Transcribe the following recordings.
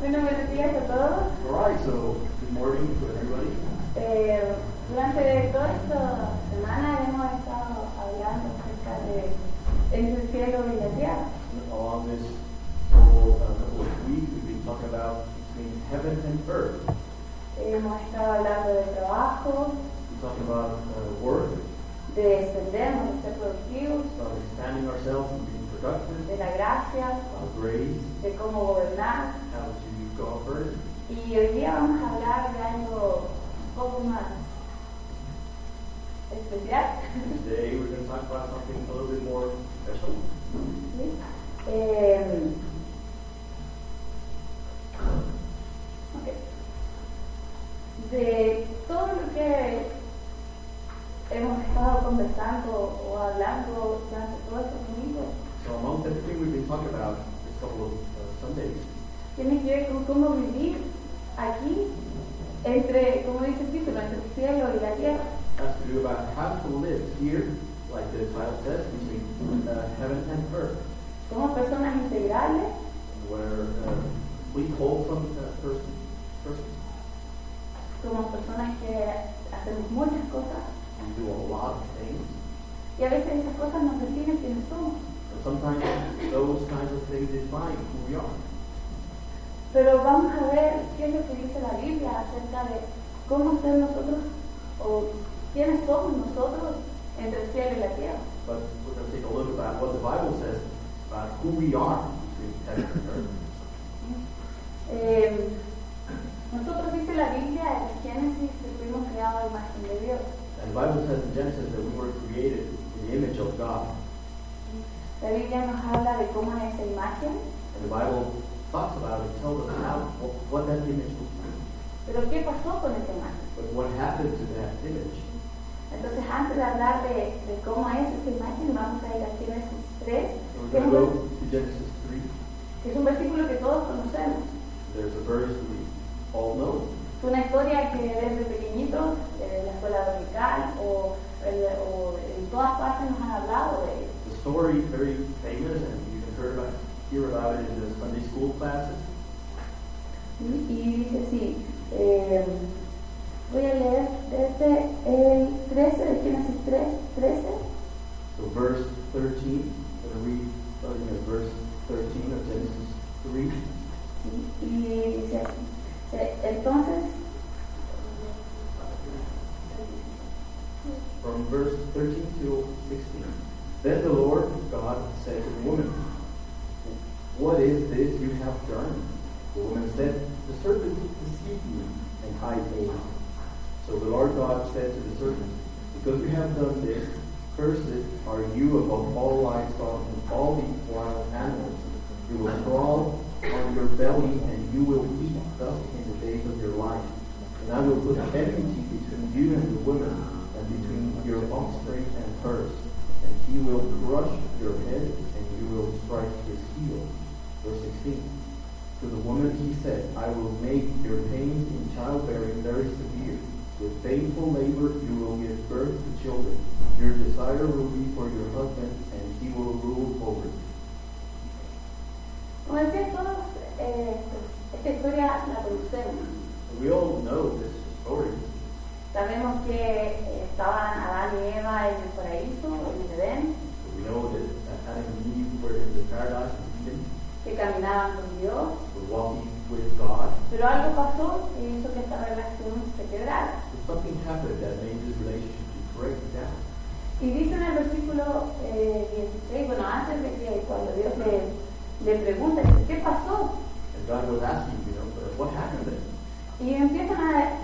Bueno, buenos días a todos. All right, so good morning to everybody. Eh, durante toda esta semana hemos estado hablando acerca de entre el cielo y la tierra. Along this whole uh, couple of weeks, we've been talking about between heaven and earth. Hemos estado hablando de trabajo, We're talking about uh, work, de descendernos, de ser productivos, about expanding ourselves and being productive, de la gracia, about grace, de cómo gobernar. how to go first. Y hoy día vamos a hablar de algo un poco más especial. Today, we're going to talk about something a little bit more special. ¿sí? Eh, ok. De todo lo que hemos estado conversando o hablando durante este todos estos minutos, So amongst everything we've been talking about this couple of uh, Sundays, tiene que ver con cómo vivir aquí, entre, como dice el título, entre el cielo y la tierra. has to do about how to live here, like the title says, between uh, heaven and earth. Somos personas integrales where uh, we hold some uh, person, person. somos personas que hacemos muchas cosas We do a lot of things, y a veces esas cosas nos definen quiénes somos. but sometimes those kinds of things define who we are. Pero vamos a ver qué es lo que dice la Biblia acerca de cómo ser nosotros o quiénes somos nosotros entre el cielo y la tierra. But we're going to take a look about what the Bible says about who we are between heaven and earth. Eh, nosotros dice la Biblia en Génesis que fuimos creados a imagen de Dios. And the Bible says in Genesis that we were created in the image of God. La Biblia nos habla de cómo es esa imagen, And the Bible talks about it, tells us how, what, what that image was. pero qué pasó con esa imagen. But what happened to that image? Entonces, antes de hablar de, de cómo es esa imagen, vamos a ir a Génesis 3, So que we're es, going to un, go to Genesis 3. que es un versículo que todos conocemos. There's a verse we all know. Fue una historia que desde pequeñitos, eh, en la escuela dominical o, en la- o en todas partes nos han hablado de ella. The story is very famous, and you can hear about, hear about it in the Sunday school classes. ¿sí? Y dice así, eh, voy a leer desde el 13 de Génesis 3, 13. So verse 13, I'm going to read starting at verse 13 of Genesis 3. ¿sí? Y dice así, eh, entonces, From verse 13 till 16. Then the Lord God said to the woman, What is this you have done? The woman said, The serpent deceived me and I ate. So the Lord God said to the serpent, Because you have done this, cursed are you above all livestock and all the wild animals. You will crawl on your belly and you will eat dust in the days of your life. And I will put enmity between you and the woman, and between your offspring and hers. And he will crush your head, and you will strike his heel. Verse 16. To the woman he said, I will make your pains in childbearing very severe. With painful labor you will give birth to children. Your desire will be for your husband, and he will rule over you. como decía, todos eh, esta historia la conocemos. We all know this story. Sabemos que eh, estaban Adán y Eva en el paraíso, en el Edén, We know that Adam and Eve were in the paradise of Eden, que caminaban con Dios, were walking with God. pero algo pasó que hizo que esta relación se quebrara. But something happened that made this relationship to break down. Y dice en el versículo eh, 16, bueno, antes de que cuando Dios le, le pregunta, dice, ¿qué pasó? And God was asking, you know, "But what happened then? Y empiezan a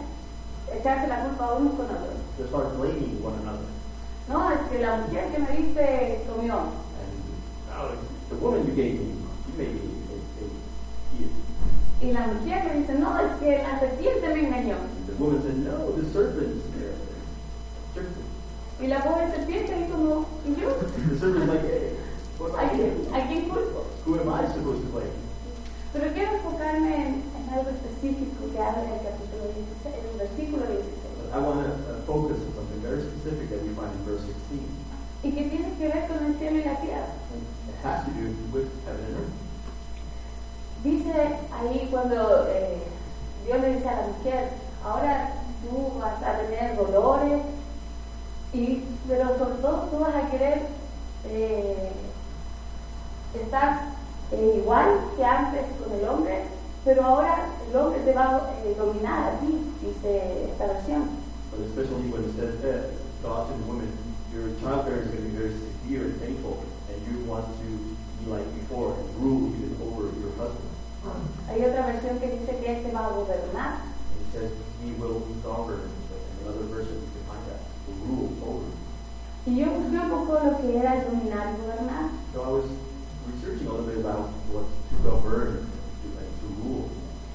echarse la culpa unos con otros. They started blaming one another. No, es que la mujer que me diste comió. And "Oh, the woman you gave me, you made me a, a thief." Y la mujer me dice, no, es que la serpiente me engañó. And The woman said, no, the serpent's there. Serpent. Y la pobre serpiente ahí como, ¿y yo? The serpent's like, hey, what ¿A I quién, do? a quién culpo? Who am I supposed to blame? Pero quiero enfocarme en, en algo específico que habla en el capítulo 16, en el versículo 16, But I want to uh, focus on something very specific that we find in verse 16. y que tiene que ver con el cielo y la tierra. And it has to do with heaven and earth. Dice ahí cuando eh, Dios le dice a la mujer, ahora tú vas a tener dolores, y, pero sobre todo tú vas a querer eh, estar eh, igual que antes con el hombre, pero ahora el hombre te va a eh, dominar a ti, dice esta versión. But especially when it says that God to the woman, your childbearing is going to be very severe and painful, and you want to be like before and rule even over your husband. Hay otra versión que dice que él te va a gobernar. And it says he will govern. In another version, you can find that will rule over. Y yo busqué un poco lo que era el dominar y gobernar. So I was researching a little bit about what to govern and to, and to rule,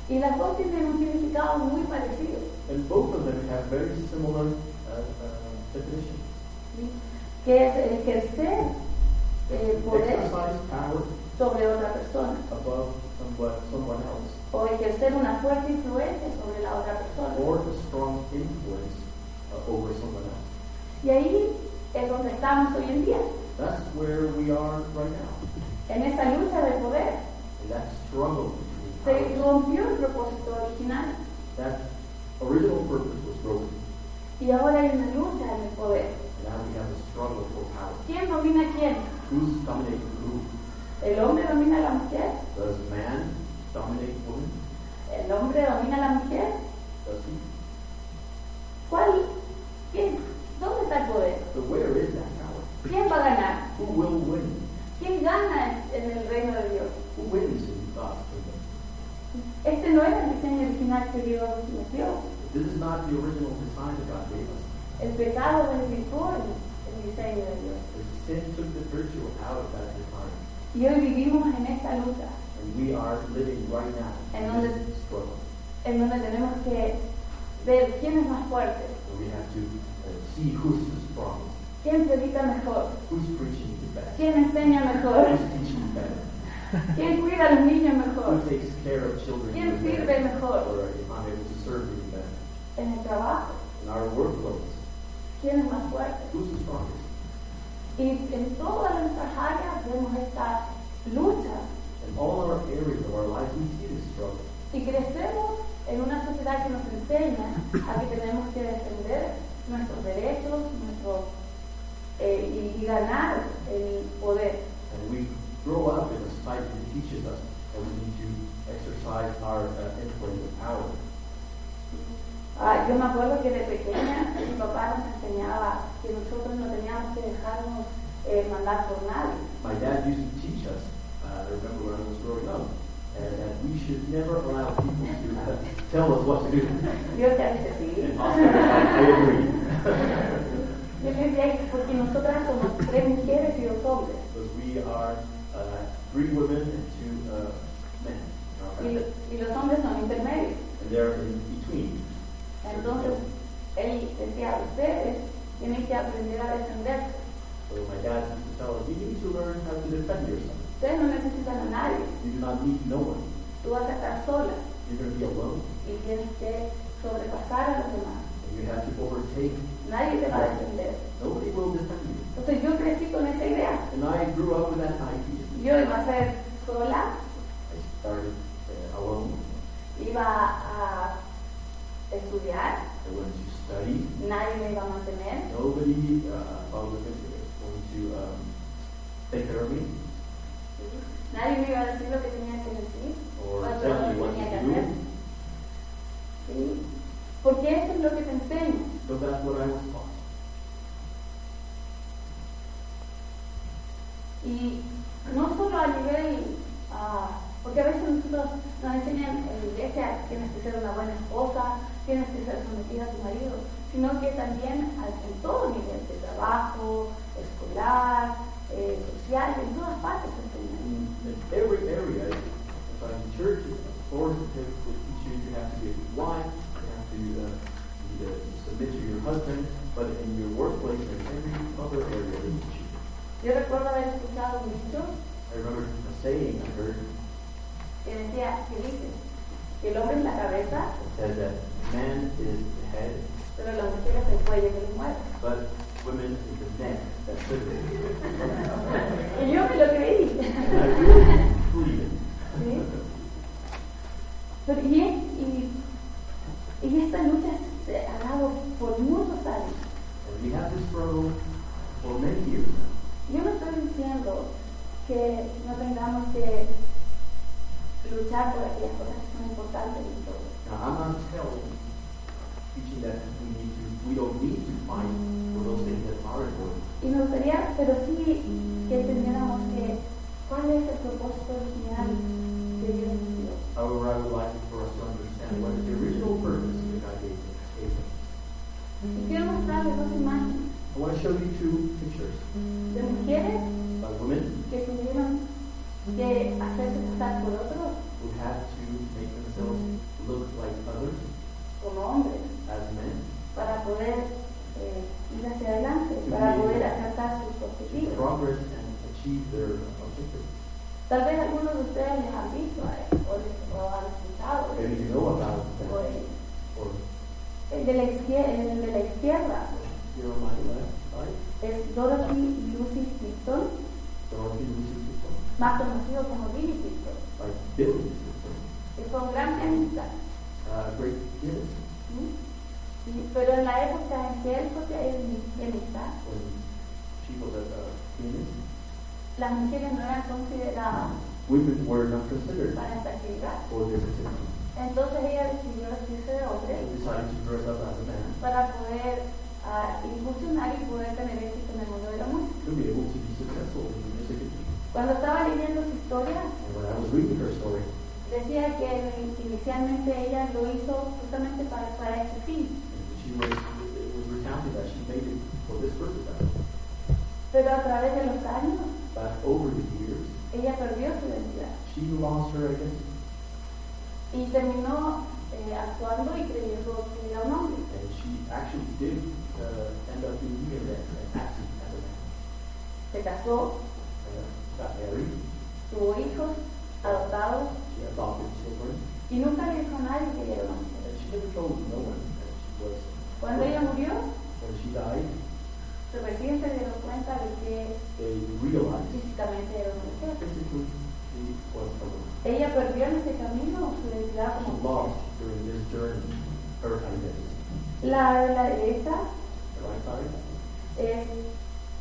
Y las dos tienen un significado muy parecido. and both of them have very similar uh, uh, definitions. ¿sí? que es ejercer eh, poder Exercise power sobre otra persona above somewhat, someone else, o ejercer una fuerte influencia sobre la otra persona. or a strong influence uh, over someone else. Y ahí es donde estamos hoy en día, That's where we are right now, en esa lucha de poder. and that struggle Se between powers. rompió el propósito original That original purpose was broken, y ahora hay una lucha en el poder. and now we have a struggle for power. ¿Quién domina a quién? Who's dominating who? ¿El hombre domina a la mujer? Does man dominate woman? ¿El hombre domina a la mujer? Does he? ¿Cuál? ¿Quién? ¿Dónde está el poder? So where is that power? ¿Quién va a ganar? Who will win? ¿Quién gana en el reino de Dios? Who wins in God's kingdom? Este no era el diseño original que Dios nos dio. This is not the original design that God gave us. El pecado desvirtuó el, el diseño de Dios. The sin took the virtue out of that design, Y hoy vivimos en esta lucha, and we are living right now in And this struggle. en donde tenemos que ver quién es más fuerte, And we have to uh, see who's the strongest, quién predica mejor, who's preaching the best, quién enseña mejor, who's teaching better, quién cuida a los niños mejor, who takes care of children quién even sirve better, mejor or if I'm able to serve even better. en el trabajo, In our workloads, quién es más fuerte. who's the strongest? Y en todas nuestras áreas vemos esta lucha In all our areas of our life, we see this struggle. y crecemos en una sociedad que nos enseña a que tenemos que defender nuestros derechos nuestros, eh, y, y ganar el poder. And we grow up in a society that teaches us that we need to exercise our uh, influence and power. Ah, yo me acuerdo que de pequeña mi papá nos enseñaba que nosotros no teníamos que dejarnos eh, mandar por nadie. My dad used to teach us, uh, I remember when I was growing up, and that we should never allow people to uh, tell us what to do. Yo te dije sí. I agree. Yo le decía "Es porque nosotras somos tres mujeres y dos hombres. Because we are uh, three women and two uh, men. in our Y, family. lo- y los hombres son intermedios. And they're in between. Entonces, él decía, ustedes tienen que aprender a defenderse. So my dad used to tell us, you need to learn how to defend yourself. Ustedes no necesitan a nadie. You do not need no one. Tú vas a estar sola You're going to be alone. y tienes que sobrepasar a los demás. And you have to overtake. Nadie te va a defender. Nobody will defend you. Entonces, yo crecí con esa idea. And I grew up with that idea. Yo iba a ser sola, I started uh, alone. iba a estudiar, I went to study. nadie me iba a mantener. Nobody uh, found was going to um, take care of me Nadie me iba a decir lo que tenía que decir. or Cuando tell me what tenía to que do. hacer. ¿sí? Porque eso es lo que te enseño. So that's what I was taught. Y no solo a nivel, ah, porque a veces nosotros nos enseñan en la iglesia tienes que ser una buena esposa, tienes que ser sometida a tu marido, sino que también al- en todo nivel de trabajo, escolar, eh, social, en todas partes te enseñan. In, in every area, if I'm in church, of course, they will teach you you have to be a good wife, you have to uh, be, uh, submit to your husband, but in your workplace and every other area, they teach you. Yo recuerdo haber escuchado un dicho I remember a saying I heard que decía, que dice, que el hombre es la cabeza, that said that man is the head, pero la mujer es el cuello que lo mueve. but women is the neck that serves. Y yo me lo creí. And I really believe it. ¿sí? eh, tengamos que luchar por aquellas cosas que son importantes en nosotros. Now, I'm not telling, teaching that we need to, we don't need to fight for those things that are important. Y nos gustaría, pero sí que entendiéramos que cuál es el propósito original de Dios en Dios. However, I would like for us to understand what is the original purpose that God gave gave us. Y quiero mostrarles dos imágenes I want to show you two pictures. de mujeres A woman que tuvieron que hacerse pasar por otros who had to make themselves look like others como hombres as men para poder eh, ir hacia adelante, para poder alcanzar sus to objetivos. progress and achieve their objectives. Tal vez algunos de ustedes les han visto eh, o, les- o han escuchado. Maybe you know O about that, el- or el, de la izquierda, el de la izquierda you're on my left, right? es Dorothy Lucy Tipton, Dorothy Lucy Tipton, más conocido como Billy Tipton. like Billy Tipton, que son gran pianista. uh, great pianist. ¿sí? Y- Pero en la época en que él fue pian- pianista, When she was a uh, pianist, las mujeres no eran consideradas women were not considered para esta actividad. for this activity. Entonces ella decidió vestirse de hombre They decided to dress up as a man para poder ah, incursionar y poder tener éxito en el mundo de la música. to be able to be successful in the music industry. Cuando estaba leyendo su historia, And when I was reading her story, decía que inicialmente ella lo hizo justamente para, para este fin. she was, it was recounted that she made it for this purpose. actually. Pero a través de los años, But over the years, ella perdió su identidad she lost her identity y terminó eh, actuando y creyendo que era un hombre. and she actually did uh, end up being human and and acting as a man. Se casó, Uh, got married, tuvo hijos, adoptados she adopted children, y nunca le dijo a nadie que ella era una mujer. and she never told no one that she was. Cuando ella murió, When she died, sus recién se dieron cuenta de que they realized físicamente era una mujer. physically she was a woman. Ella perdió en ese camino su identidad She como mujer. lost during this journey her identity. La de la derecha The right side, es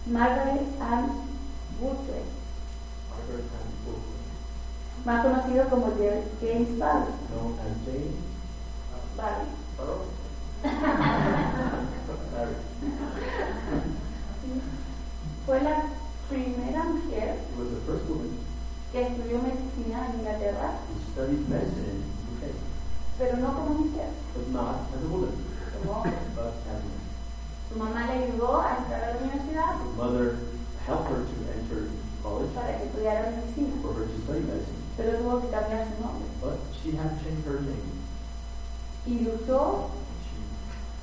Margaret Ann Woodward, Margaret and Wolf, más conocido como Jer- James Barry. known as Jane Barry. Burrow. Barry. Fue la primera mujer She was the first woman que estudió medicina en Inglaterra, who studied medicine in the UK, pero no como mujer, but not as a woman, como hombre. but as a man. Su mamá le ayudó a entrar a la universidad Her mother helped her to enter college para que estudiara medicina, for her to study medicine, pero tuvo que cambiar su nombre. but she had changed her name. Y luchó She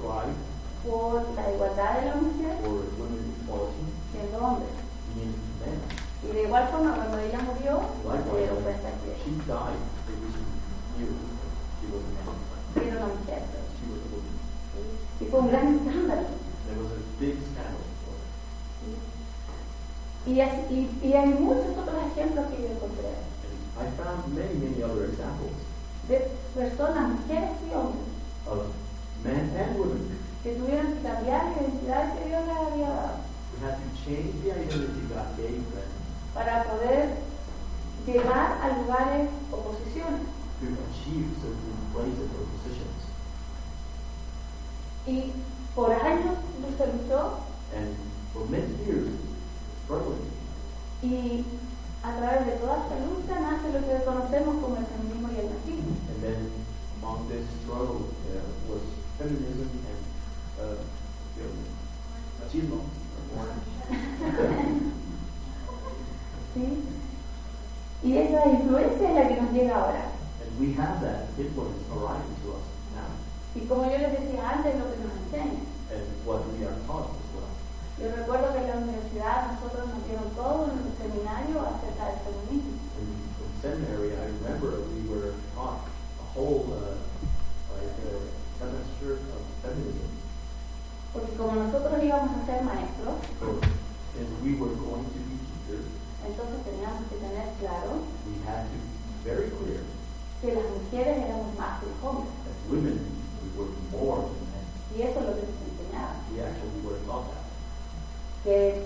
thrived por la igualdad de la mujer for women equality, siendo hombre. being a man. Y de igual forma, cuando ella murió, se Likewise, dieron cuenta que she died because she knew she was a man. era una mujer. She was a woman. Y fue un gran escándalo. There was a big scandal for her. Y, así- y, y hay muchos otros ejemplos que yo encontré And I found many, many other examples de personas, mujeres y hombres, of men and women que tuvieron que cambiar la identidad que Dios les había dado who had to change the identity God gave them para poder llegar a lugares o posiciones. to achieve certain places or positions. Y por años luchó, luchó And for many years, struggling. y a través de toda esta lucha nace lo que conocemos como el feminismo y el machismo. And then among this struggle uh, was feminism and uh, you know, machismo. or- ¿sí? Y esa influencia es la que nos llega ahora. And we have that influence arriving to us now, Y como yo les decía antes, lo que nos enseña. and what we are taught as well. Yo recuerdo que en la universidad nosotros nos dieron todo un seminario acerca del feminismo. In, in seminary, I remember we were taught a whole uh, like a semester of feminism, Porque como nosotros íbamos a ser maestros, so, and we were going to be teachers. entonces teníamos que tener claro We had to be very clear que las mujeres éramos más que los hombres. that women we were more than men. Y eso es lo que nos enseñaba. We actually were taught that. Que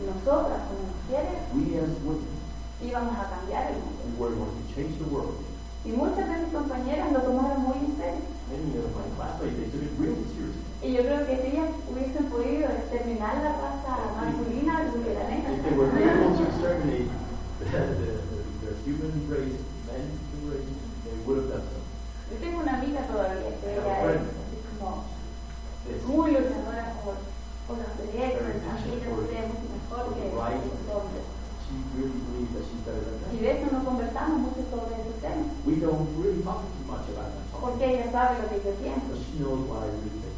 nosotras como mujeres We as women íbamos a cambiar el mundo. We were going to change the world. Y muchas de mis compañeras lo tomaron muy en serio. Many of my classmates, they took it really seriously. Y yo creo que si ellas hubiesen podido exterminar la raza masculina, lo hubieran If they were able hecho. to exterminate the, the, the human race, men, the race, they would have done so. Yo tengo una amiga todavía que ella es así como This muy luchadora por, por los derechos, así que tenemos mejor que los hombres. She really believes that she's better Y than that. de eso no conversamos mucho sobre ese tema, We don't really talk too much about that topic, porque ella sabe lo que yo pienso. but she knows what I really think.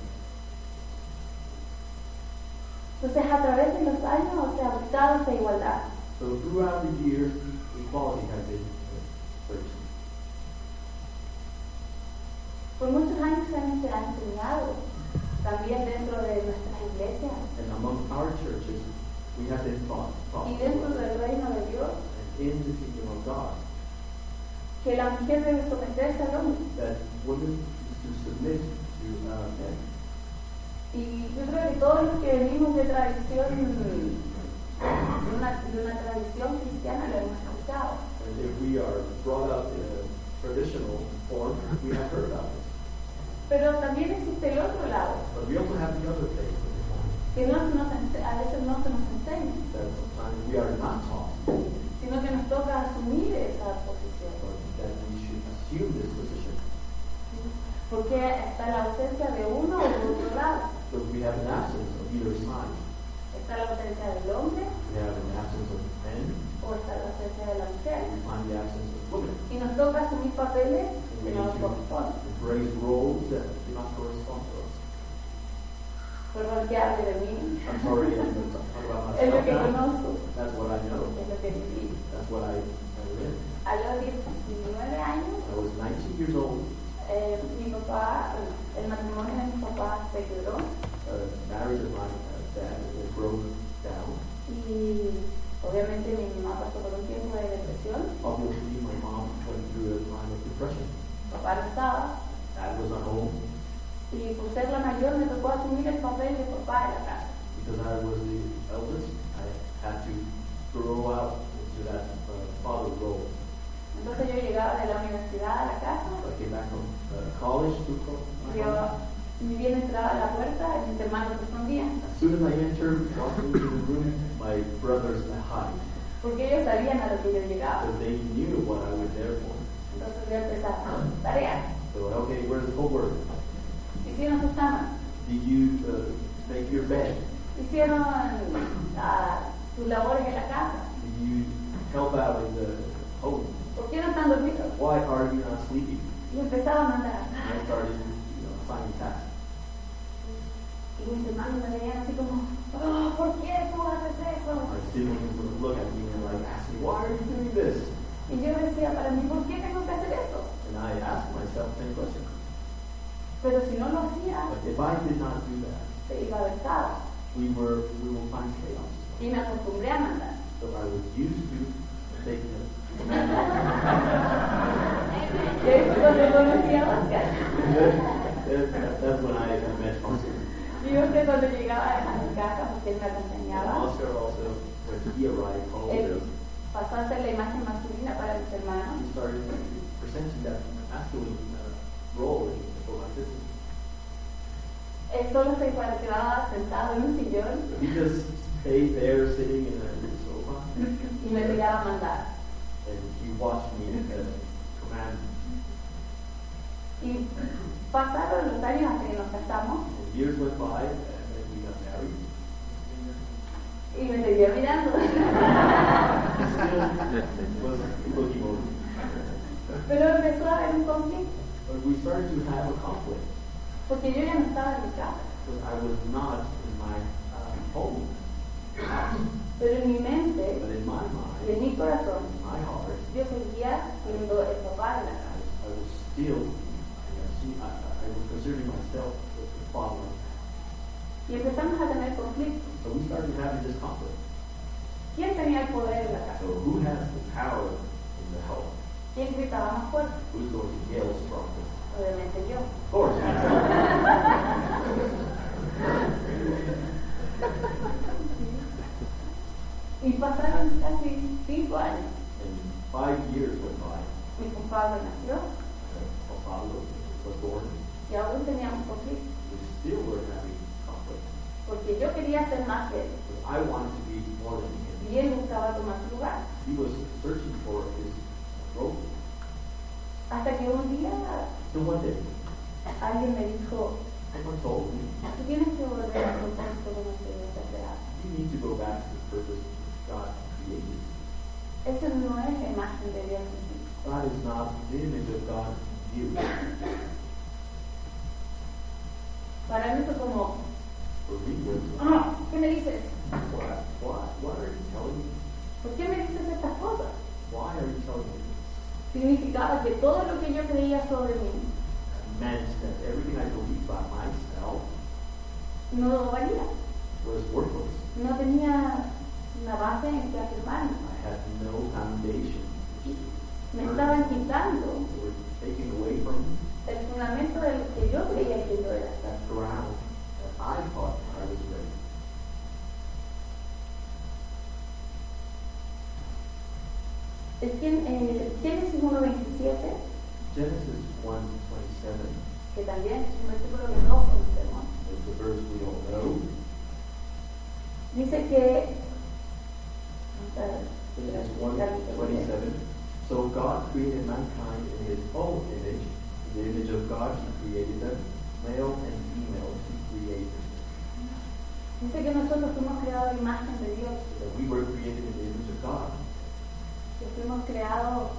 Entonces, a través de los años se ha adoptado esta igualdad. So throughout the years, equality has been searched. Por muchos años también se ha enseñado, también dentro de nuestras iglesias And among our churches, we have been taught, taught y dentro del reino de Dios, and in the kingdom of God que la mujer debe someterse al hombre. that women is to submit to uh, men. Y yo creo que todos los que venimos de tradición, de una, de una tradición cristiana, lo hemos escuchado. And if we are brought up in a traditional form, we have heard about it. Pero también existe el otro lado, But we also have the other thing que no se nos ense- a veces no se nos enseña, that sometimes we are not taught, sino que nos toca asumir esa posición. but that we should assume this position. Porque está la ausencia de uno o de otro lado. Because we have an absence of either side. Está la ausencia del hombre We have an absence of men, o está la ausencia de la mujer. and we find the absence of women. Y nos toca asumir papeles que no nos corresponden. Embrace roles that do not correspond to Perdón que hable de mí. us. I'm sorry, I'm going to talk about Es lo myself que now. conozco, That's what I know. es lo que viví. That's what I, I live. A los 19 años, I was 19 years old, eh, mi papá, el matrimonio de mi papá se quebró uh, married to my uh, dad, and it broke down. y obviamente mi mamá pasó por un tiempo de depresión, Obviously, my mom went through a time of depression. mi papá no estaba Dad was not home y por ser la mayor me tocó asumir el papel de papá de la casa. because I was the eldest. I had to grow out into that uh, father role. Entonces yo llegaba de la universidad a la casa, I came back from uh, college to co- my home. yo ni bien entraba a la puerta, mis hermanos respondían, As soon as I entered, walked into the room, my brothers hide porque ellos sabían a lo que yo llegaba. because they knew what I was there for. Entonces yo empezaba, tarea, So, okay, where's the homework? hicieron sus camas, Did you uh, make your bed? hicieron ah, sus labores en la casa. Did you help out in the home? ¿Por qué no están dormidos? Why are you not sleeping? Y empezaba a mandar. And I started, you know, assigning tasks. Y mis hermanos me veían así como, "Oh, ¿por qué tú haces eso? My siblings would look at me and like ask me, why are you doing this? Y yo decía para mí, ¿por qué tengo que hacer eso? And I asked myself the same question. Pero si no lo hacía, But if I did not do that, se iba a besar. we were we will find chaos. Y me acostumbré a mandar. So I was used to taking it. Y ahí fue cuando conocí a Oscar. That- That's when I met Oscar. Y yo sé cuando llegaba a mi casa, porque él me And acompañaba, Oscar also, when he arrived él home, pasó a ser la imagen masculina para mis hermanos. he started presenting that masculine uh, role in- for my sister. Él solo se encuadraba sentado en un sillón So he just stayed there sitting in a sofa y me miraba a mandar. and he watched me uh, command. Y pasaron los años hasta que nos casamos And years went by and then we got married. y me seguía mirando. It was looking over. Pero empezó a haber un conflicto But we started to have a conflict porque yo ya no estaba en mi casa. because I was not in my uh, home. Pero en mi But mente in my y en mind, mi corazón in my heart, yo seguía siendo el papá de la I, casa. I was still, I, I was considering myself the father. Y empezamos a tener conflictos. So we started having this conflict. ¿Quién tenía el poder en la casa? So who has the power in the home? ¿Quién gritaba más fuerte? Who's going to yell stronger? Obviamente yo. Of course. Y pasaron casi cinco años. Five years went by. Mi compadre nació Uh, Apollo was born. y aún teníamos conflicto, We still were having conflict. porque yo quería ser más que él But I wanted to be more than him. y él buscaba tomar su lugar. He was searching for his role. Hasta que un día So one day, alguien me dijo, someone told me, tú tienes que volver a contacto con lo que Dios te ha creado. you need to go back to the purpose God created. you. Esa no es la imagen de Dios en ti. God is not the image of God in you. Para mí fue como, For me, was ah, ¿qué me dices? why, why, why are you telling me? ¿Por qué me dices estas cosas? Why are you telling me this? Significaba que todo lo que yo creía sobre mí That meant that everything I believed by myself no valía, was worthless. no tenía una base en que afirmarme. I had no foundation. Me estaban quitando They were taken away from me. el fundamento de lo que yo creía que yo era. that ground that I thought I was ready. Es que en Génesis 1.27, Genesis 1 que también es un versículo que no conocemos, is the verse we all know. dice que... It has 127. So God created mankind in his own image. In the image of God he created them. Male and female he created them. Dice que nosotros fuimos creados a imagen de Dios, That we were created in the image of God. que fuimos creados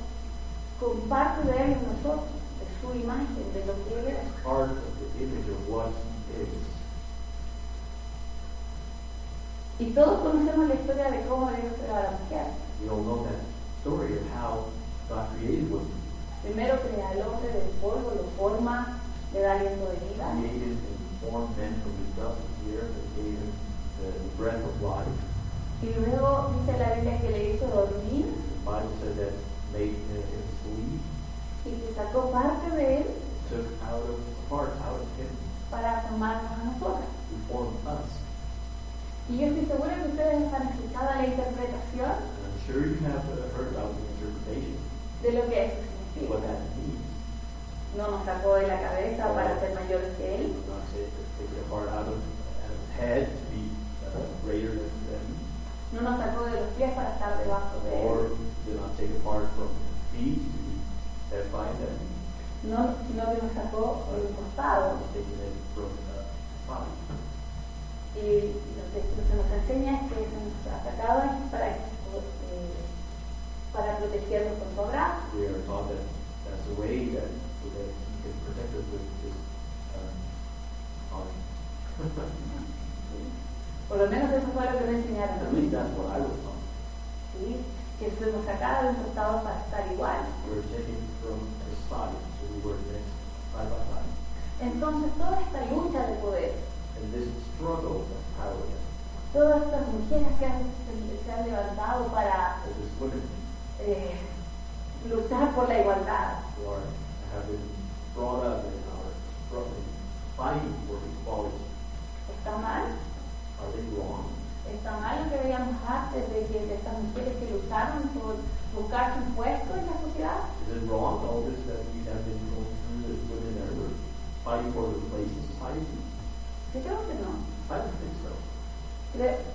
con parte de Él en nosotros, de su imagen, de lo que Él era. Part of the image of what he is. Y todos conocemos la historia de cómo Dios creó a la mujer. We all know that story of how God created women. Primero crea al hombre del polvo, lo forma, le da aliento de vida. Created and formed men from the dust of the earth and gave them the breath of life. Y luego dice la Biblia que le hizo dormir The Bible said that made him sleep, y que sacó parte de él took out of part out of him, para formarnos a nosotros. to form us. Y yo estoy segura que ustedes han escuchado la interpretación And I'm sure you have uh, heard about the interpretation, de lo que eso significa. what that means. No nos sacó de la cabeza para ser mayores que él, I'm not saying that taking a part out of, out of head to be uh, greater than them, no nos sacó de los pies para estar debajo de él, or did not take apart from feet to be set by them, no, sino que nos sacó de un costado. or taking it from uh, body. Y lo que lo que nos enseña es que se nos atacaba para, eh, para protegernos con su abrazo. We are taught that that's a way that, so that he can protect us with his um, body. Por lo menos eso fue lo que me enseñaron a At mí. least that's what I was taught. ¿sí? Que se nos sacaba de un costado para estar igual. We were taken from the side, so we were next side by side. Entonces toda esta lucha de poder, And this struggle of power, todas estas mujeres que han, se han levantado para all these women eh, luchar por la igualdad, who are have been brought up and are struggling, fighting for equality, está mal. are they wrong? Está mal lo que veíamos antes de que de estas mujeres que lucharon por buscar su puesto en la sociedad. Is it wrong all this that we have been going through as women that were fighting for their place in society? Yo creo que no. I don't think so. Cre-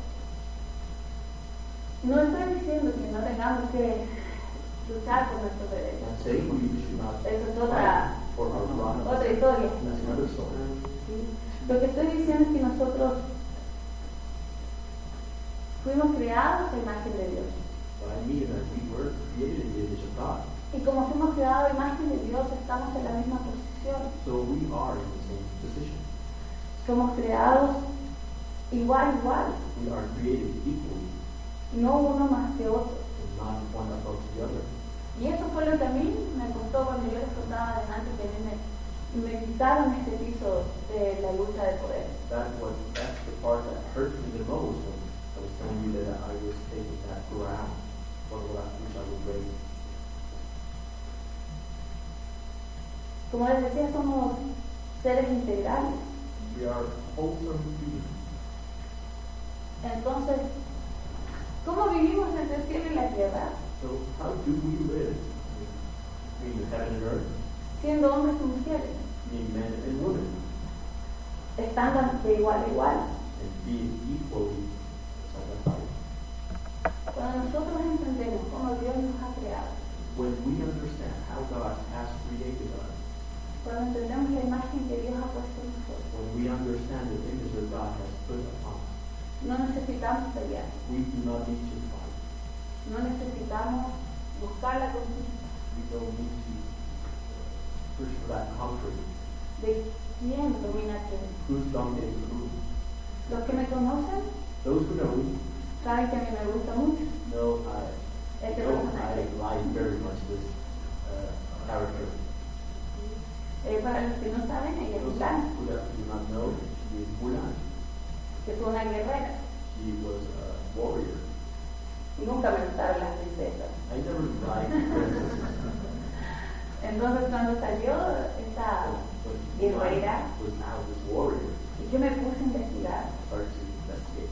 No estoy diciendo que no tengamos que luchar por nuestros I'm derechos. not saying we should not Eso es otra, fight for our rights. otra historia. That's another story. ¿sí? Lo que estoy diciendo es que nosotros fuimos creados a imagen de Dios. But I mean that we were created in the image of God. Y como fuimos creados a imagen de Dios, estamos en la misma posición. So we are in the same position. Somos creados igual, igual. We are created equally No uno más que otro. and not one above the other. Y eso fue lo que a mí me costó cuando yo les contaba adelante que a mí me, me quitaron ese piso de la lucha de poder. That was that's the part that hurt me the most when I was telling you that I was taking that ground for what I wish I would raise. Como les decía, somos seres integrales. We are wholesome beings. Entonces, ¿cómo vivimos entre el cielo y la tierra? So how do we live? Between heaven and earth, siendo hombres y mujeres, meaning men and women, están de igual a igual. and be equally side by side. Cuando nosotros entendemos cómo Dios nos ha creado, When we understand how God has created us, cuando entendemos la imagen que Dios ha puesto en nosotros, when we understand the image that God has put upon us, no necesitamos pelear, we do not need to fight. no necesitamos buscar la conquista we don't need to push for that comfort. de quién domina quién. Who's dominating who? Los que me conocen Those who know me saben que a mí me gusta mucho know I este know I personaje. like very much this uh, character. Eh, para los que no saben, ella es Those who Lana, that do not know, she is Mulan. que fue una guerrera. She was a warrior. Nunca me gustaron las princesas. I never liked princesses. Entonces cuando salió esa, But Bien, Mulan Raida. was now this warrior. y yo me puse a investigar, I started to investigate.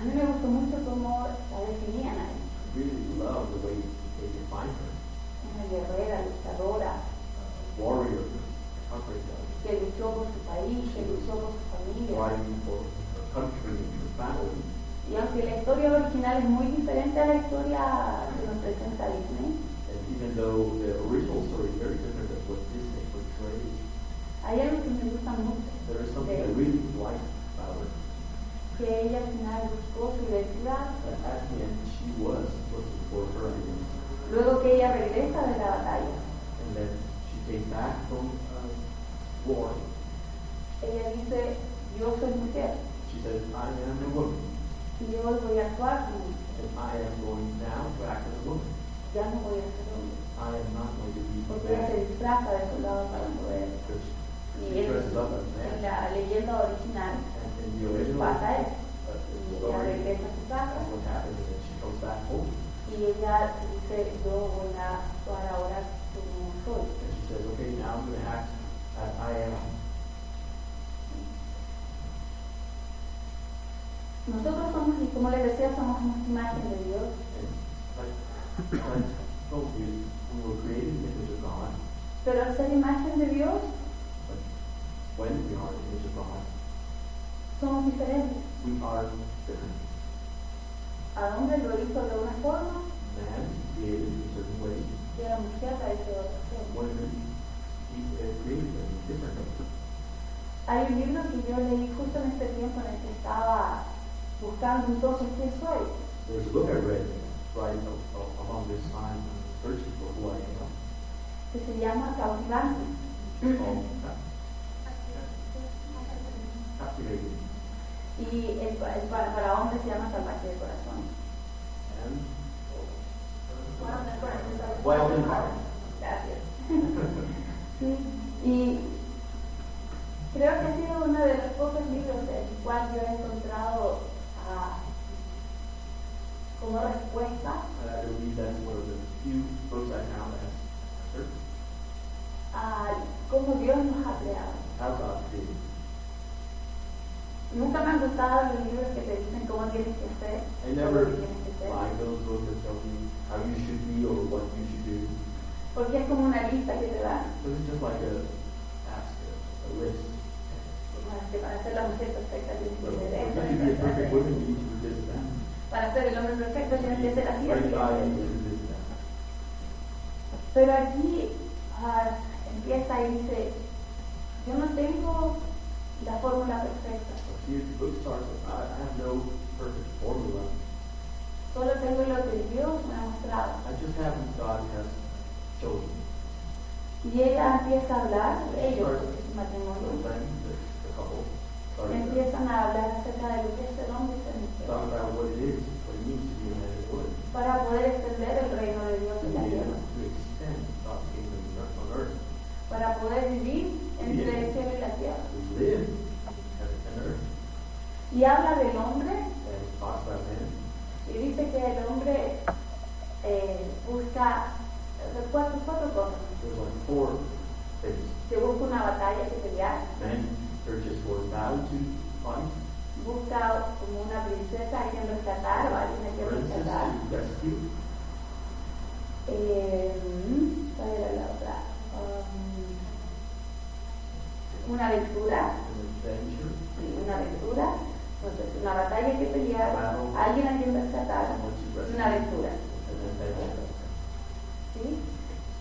a mí me gustó mucho cómo la definían a ella. I really love the way they define her. Una guerrera, luchadora, A warrior, conquering que luchó por su país, que luchó por su familia. fighting for her country and her family. Y aunque la historia original es muy diferente a la historia que nos presenta Disney, And even though the original story is very different than what Disney portrayed, hay algo que me gusta mucho, there is something I really like about her. que ella al final buscó su identidad. That at the end, she was looking for her identity. Luego que ella regresa de la batalla, And then she came back from uh, war. ella dice, yo soy mujer She said, I am a woman, y yo voy a actuar como mujer, and I am going now to act as a woman. ya no voy a ser hombre. I am not going to be Porque a ella man. se disfraza de soldado para poder. Because Y she es- dresses up as a en man. la leyenda original And in the original uh, pasa eso. Y ella story, regresa a su casa that's what happens. And then she comes back home. y ella dice, yo voy a actuar ahora como soy. And she says, okay, now I'm going to act as I am. Nosotros somos, y como les decía, somos una imagen de Dios. Like, like, oh, we, we were created in the image of God, Pero al ser imagen de Dios, but when we are in the image of God, somos diferentes. we are different. A hombre lo hizo de una forma Man created in a certain way, y a la mujer la hizo de otra forma. women he, uh, created in a different way. Hay un libro que yo leí justo en este tiempo en el que estaba buscando entonces quién soy. There's a book I read right a- a- along this time, uh, searching for who I am. que se llama Causante. It's called Cap- Captivating. Y el, pa- el pa- para hombres se llama Salvaje de Corazón. And Wild Wild and and Hard. Hard. Gracias. Sí, y creo que ha sido uno de los pocos libros en el cual yo he encontrado ah, como respuesta and I believe that's one of the few books I found that has certain a cómo Dios nos ha creado. how God created. Nunca me han gustado los libros que te dicen cómo tienes que ser. I never cómo tienes que ser, like those books that tell you how you should be or what you should do. Porque es como una lista que te dan. This is just like a task, a, a list. Bueno, que para ser la mujer perfecta tienes So, que if ser you esto, want to be esto, esto. a perfect woman, you need to do this, that. Para ser el hombre perfecto tienes que ser así. If you así, want to así. be a great guy, you need to do this, that. Pero aquí ah, empieza y dice, yo no tengo la fórmula perfecta, So here the book starts with, I, I have no perfect formula. solo tengo lo que Dios me ha mostrado. I just have what God has shown me. Y ella empieza a hablar, ellos, porque es un matrimonio, So then the, the empiezan couple started to a hablar acerca de lo que es el hombre y ser mujer, talk about what it is, what it means to be a man and a woman. para poder extender el reino de Dios To en be la able tierra, to extend God's kingdom on earth. para poder vivir entre el cielo y la tierra. We live heaven and earth. Y habla del hombre and talks about men. y dice que el hombre eh, busca eh, cuatro, cuatro cosas, There's like four things. que busca una batalla que pelear, Men are just for battle to fight, busca como una princesa a quien rescatar o a alguien a quien princes rescatar, to rescue, eh, ¿cuál era la otra? Um, una aventura, an adventure, sí, una aventura, entonces una batalla que pelear, Claro. alguien a quien rescatar, someone to rescue, una aventura, an adventure. ¿sí?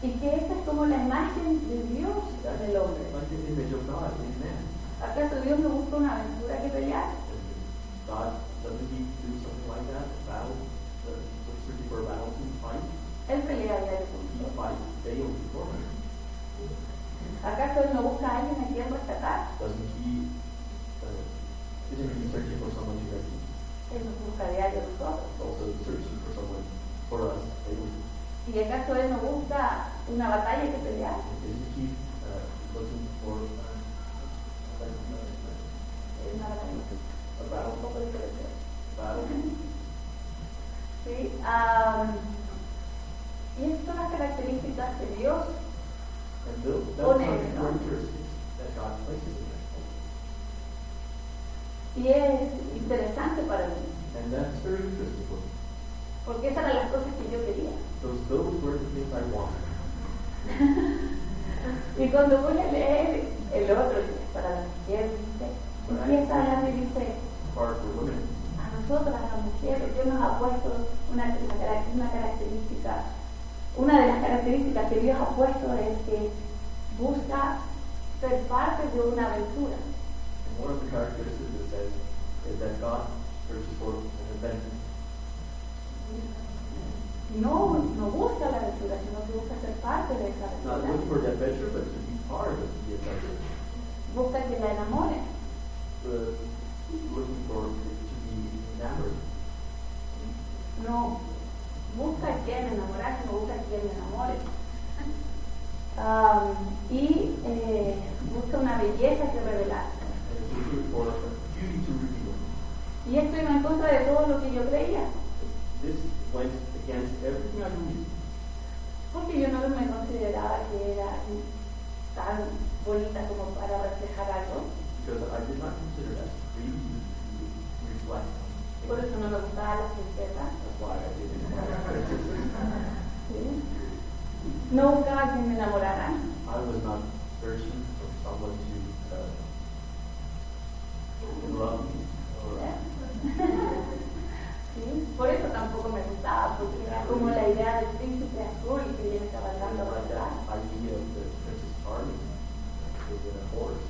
Y que esta es como la imagen de Dios del hombre. Like the image of God in man. ¿Acaso Dios no busca una aventura que pelear? God doesn't he do something like that? A battle, uh, looks looking for a battle to fight. Él pelea y él He punto. fights daily for us. ¿Acaso Él no busca a alguien a quien rescatar? Doesn't he? Uh, isn't he searching for someone to rescue? Él nos busca a diario a nosotros. Also searching for someone for us daily. ¿Y acaso Él no busca una batalla que pelear? Isn't he uh, looking for uh, a, Es una batalla. a Un battle? poco diferente. Battle. ¿Sí? am, y estas son las características que Dios And those that's Pone, not ¿no? characteristics that God places in us. y es interesante para mí. And that's very interesting. for me. Porque esas eran las cosas que yo quería. Those those were the things I wanted. Y cuando voy a leer el otro, que es para las mujeres, dice, empieza a hablar y dice, Part for women. a nosotras, a las mujeres, Dios nos ha puesto una, una cara- una característica. Una de las características que Dios ha puesto es que busca ser parte de una aventura. And one of the characteristics it says is that God searches for an adventure. No, no busca la aventura, sino que busca ser parte de esa Not aventura. looking for the adventure, but to be part of the adventure. Busca que la enamore. The, looking for to be enamored. No busca a quien enamorar, sino busca a quien le enamore. Am, y eh, busca una belleza que revelar. And it's looking for a beauty to reveal. Y esto iba en contra de todo lo que yo creía. This went against everything I believed. Porque yo no me consideraba que era tan bonita como para reflejar algo. Because I did not consider that really to reflect. Por eso no me gustaba la princesa. That's why I didn't want to. No buscaba que me enamorara. I was not searching for someone to uh, love me or ¿Sí? Por eso tampoco me gustaba, porque era como la idea del príncipe azul que viene kind cabalgando of por like that acá. idea of the Princess Charming with a horse.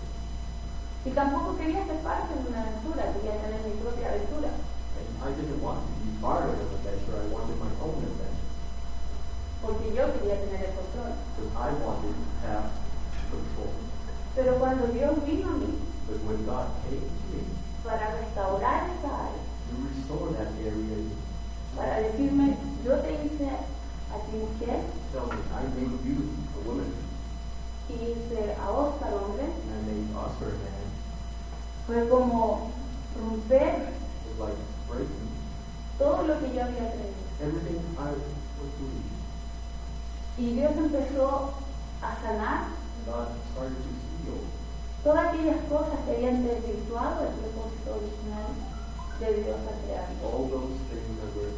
Y tampoco quería ser parte de una aventura, quería tener mi propia aventura. And I didn't want to be part of an adventure, I wanted my own adventure. Porque yo quería tener el control. Because I wanted to have control. Pero cuando Dios vino a mí But when God came to me, para restaurar esa área, to restore that area, para decirme, yo te hice a ti mujer tell me, I made you a woman, y hice a Oscar hombre, and I made Oscar a man. fue como romper It was like breaking todo lo que yo había creído. everything I was doing. Y Dios empezó a sanar God started to heal todas aquellas cosas que habían desvirtuado el propósito original de Dios al crearme. all those things that were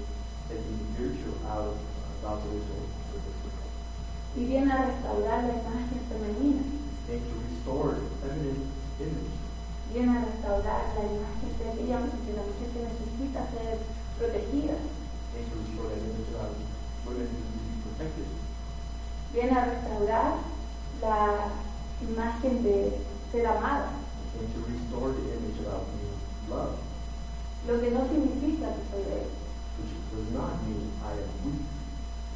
taking virtue out of God's original purpose. y viene a restaurar la imagen femenina, and to restore the feminine image, viene a restaurar la imagen de aquella de la mujer que necesita ser protegida, and to restore that image of women who need to be protected, viene a restaurar la imagen de ser amada, and to restore the image about being loved, lo que no significa que soy débil, which does not mean I am weak,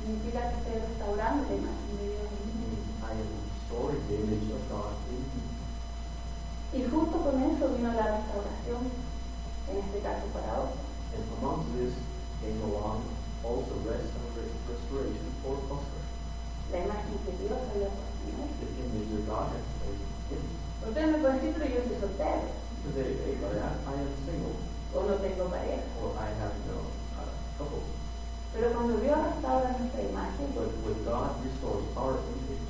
significa que estoy restaurando la imagen de Dios it en mí. means I am restoring the image of God in me. Y justo con eso vino la restauración, en este caso para vos. And amongst this came along also rest and rest- restoration for Oscar, la imagen que Dios había puesto en él. the image that God has placed in me. Ustedes me pueden decir, pero yo soy soltero, Today, hey, I am- I am single, o no tengo pareja. or I have no uh, couple, Pero cuando Dios restaura nuestra imagen, but with God restores our image,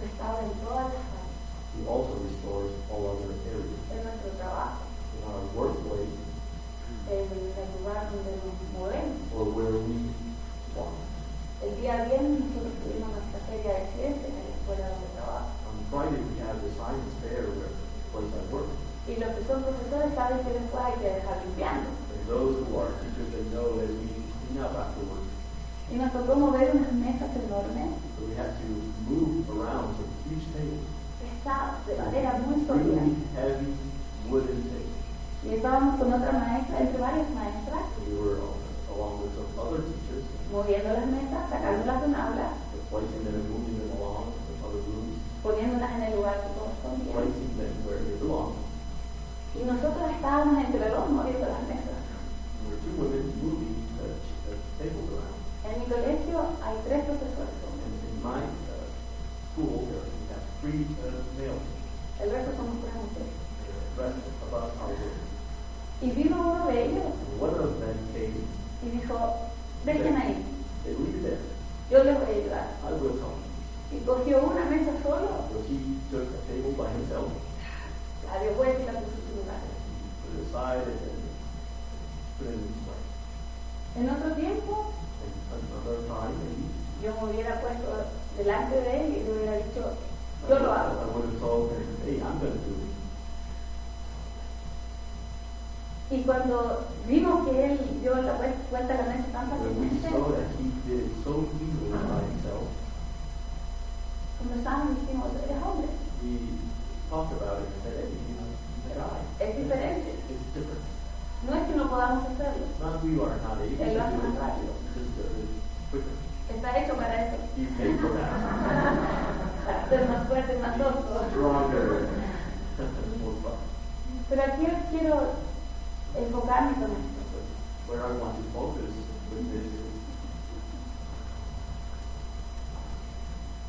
restaura en todas las áreas, He also restores all other areas. en nuestro trabajo, In our workplace, en el lugar donde nos movemos. or where we walk. El día viernes después hay que dejar limpiando. And those who are teachers, they know that we need to clean up afterwards. Y nos tocó mover unas mesas enormes, So we have to move around some huge tables, pesadas, de madera muy sólida. really heavy wooden tables. Y estábamos con otra maestra, entre varias maestras, And we were al- along with some other teachers, moviendo las mesas, sacándolas de un aula, and placing them and moving them along with other rooms, poniéndolas en el lugar que correspondía. placing them where they belong. Y nosotros estábamos entre los dos moviendo las mesas. There were two women moving the, the tables around. En mi colegio hay tres profesores hombres, And in my uh, school, there we have three uh, males. el resto somos puras mujeres. The rest of us are women. Y vino uno de ellos And one of them came, y dijo, vengan ahí, they leave there. yo les voy a ayudar. I will help. Y cogió una mesa solo, So he took a table by himself, la dio vuelta y la puso en su lugar. put it aside, and then put it in his place. En otro tiempo, And another time, maybe, yo me hubiera puesto delante de él y le hubiera dicho, yo lo hago. I would have told him, hey, I'm going to do it. Y cuando vimos que él dio la vuel- vuelta a la mesa tan When we fácilmente, saw that he did it so easily by himself, conversamos y dijimos, eres hombre, we talked about it and said, hey, he's a guy. es diferente. It's different. No es que no podamos hacerlo, Not we are not able to do it. El vaso más rápido. Just, uh, quicker. está hecho para eso, He made for that. para ser más fuerte, más tosco. Stronger. More fun. Pero aquí quiero enfocarme con esto. But where I want to focus with this is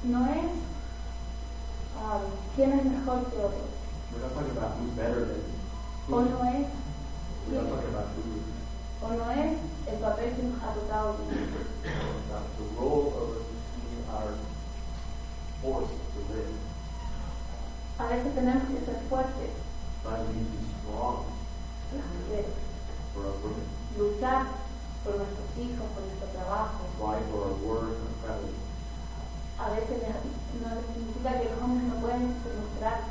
No es ah, quién es mejor que otro, we're not talking about who's better than who. o Oh, no es, We're not talking about who. o no es el papel que nos ha tocado vivir. We're talking about the role of us we are forced to live. A veces tenemos que ser fuertes, But we need to be strong las mujeres, for our women. luchar por nuestros hijos, por nuestro trabajo. Why for our work, our family. A veces les- no les significa que los hombres no pueden demostrar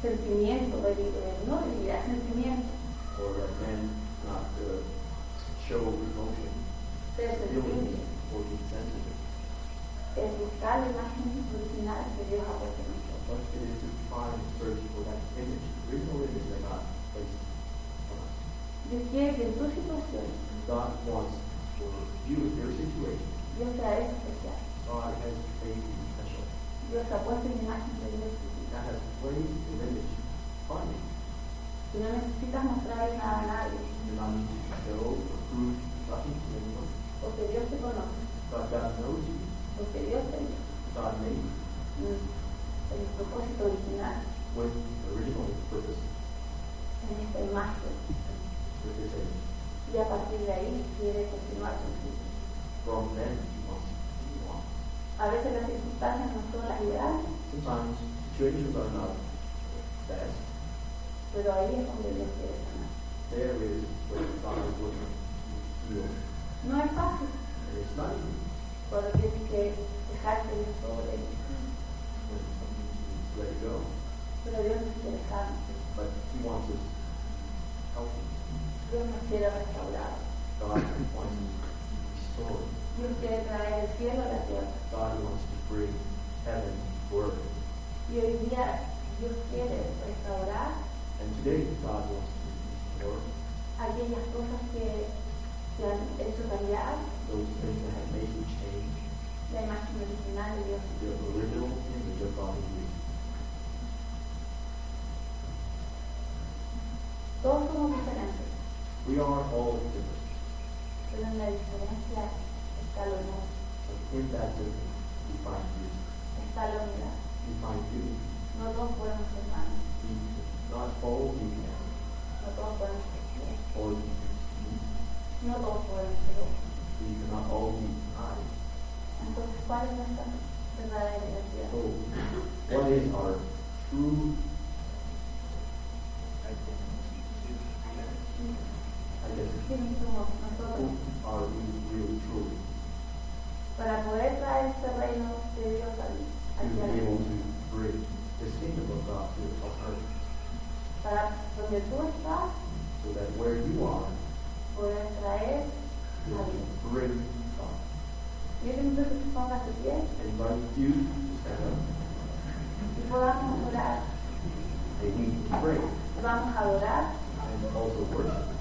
sentimientos, de- de- no debilidad, sentimientos, Or that men not to show emotion, ser sensibles, feelings, or be sensitive. es buscar la imagen original que Dios ha puesto en nosotros. What it is to try and search for that image, original image that God placed on us. Dios quiere que en tu situación And God wants for you, your situation, Dios te ha hecho especial. God has made you special. Dios te ha puesto en imagen de Dios. God has placed an image on you. Y no necesitas mostrarle nada a nadie, You do not need to show or prove nothing to anyone. porque Dios te conoce, But God knows you. porque Dios te hizo. God made you Mm. El propósito original with the original purpose, en esta imagen. with His image. Y a partir de ahí quiere continuar su vida. From then, He wants you on. A veces las circunstancias no son las ideales, Sometimes situations are not best. pero ahí es donde Dios quiere sanar. There is where God is looking to heal. No es fácil And it's not easy. cuando tienes que dejarte de sobre él, when something is let it go. pero Dios nos quiere sanar. But he wants us healthy. Dios nos quiere restaurar. God wants us to restore. Dios quiere traer el cielo a la tierra. God wants to bring heaven to earth. Y hoy día Dios quiere restaurar And today God wants to restore aquellas cosas que te han hecho cambiar those things that have made you change la imagen original de Dios. the original image of God in you. Todos somos diferentes, We are all different. pero en la diferencia está lo hermoso, And in that difference, we find beauty. está la unidad. We find beauty. No todos podemos ser hermanos, We not all we can, no todos podemos ser pies, or we no todos podemos ser ojos. cannot all be eyes. Entonces, ¿cuál es nuestra verdadera identidad? So, what is our true identity? ¿Quiénes somos nosotros? Who are we really truly? Para poder traer este reino de Dios a- To hacia be able la to bring the kingdom of God to our earth, para donde tú estás so that where you are, puedas traer you can bring God. Yo te invito a que te pongas de pie I invite you to stand up y podamos orar. and we can pray Vamos a adorar and also worship.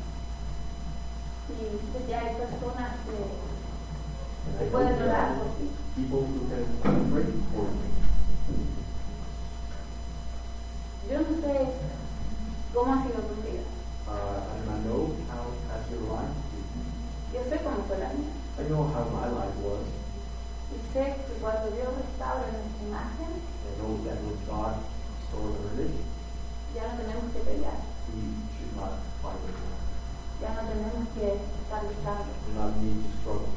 y pues ya hay personas que, And que I pueden hope there orar are por ti. people who can pray for me. Yo no sé cómo ha sido tu vida. Uh, and I know how has your life been. Yo sé cómo fue la mía. I know how my life was. Y sé que cuando Dios restaura nuestra imagen, I know that when God restored the religion, ya no tenemos que pelear, we should not fight with him. ya no tenemos que estar luchando. We do not need to struggle.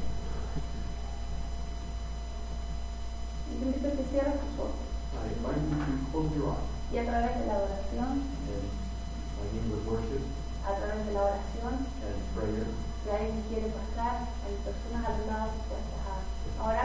Y te invito a que cierres tus ojos I invite you to close your eyes y a través de la oración, and I mean with worship a través de la oración, and prayer. si alguien quiere pasar, hay personas al lado dispuestas a a orar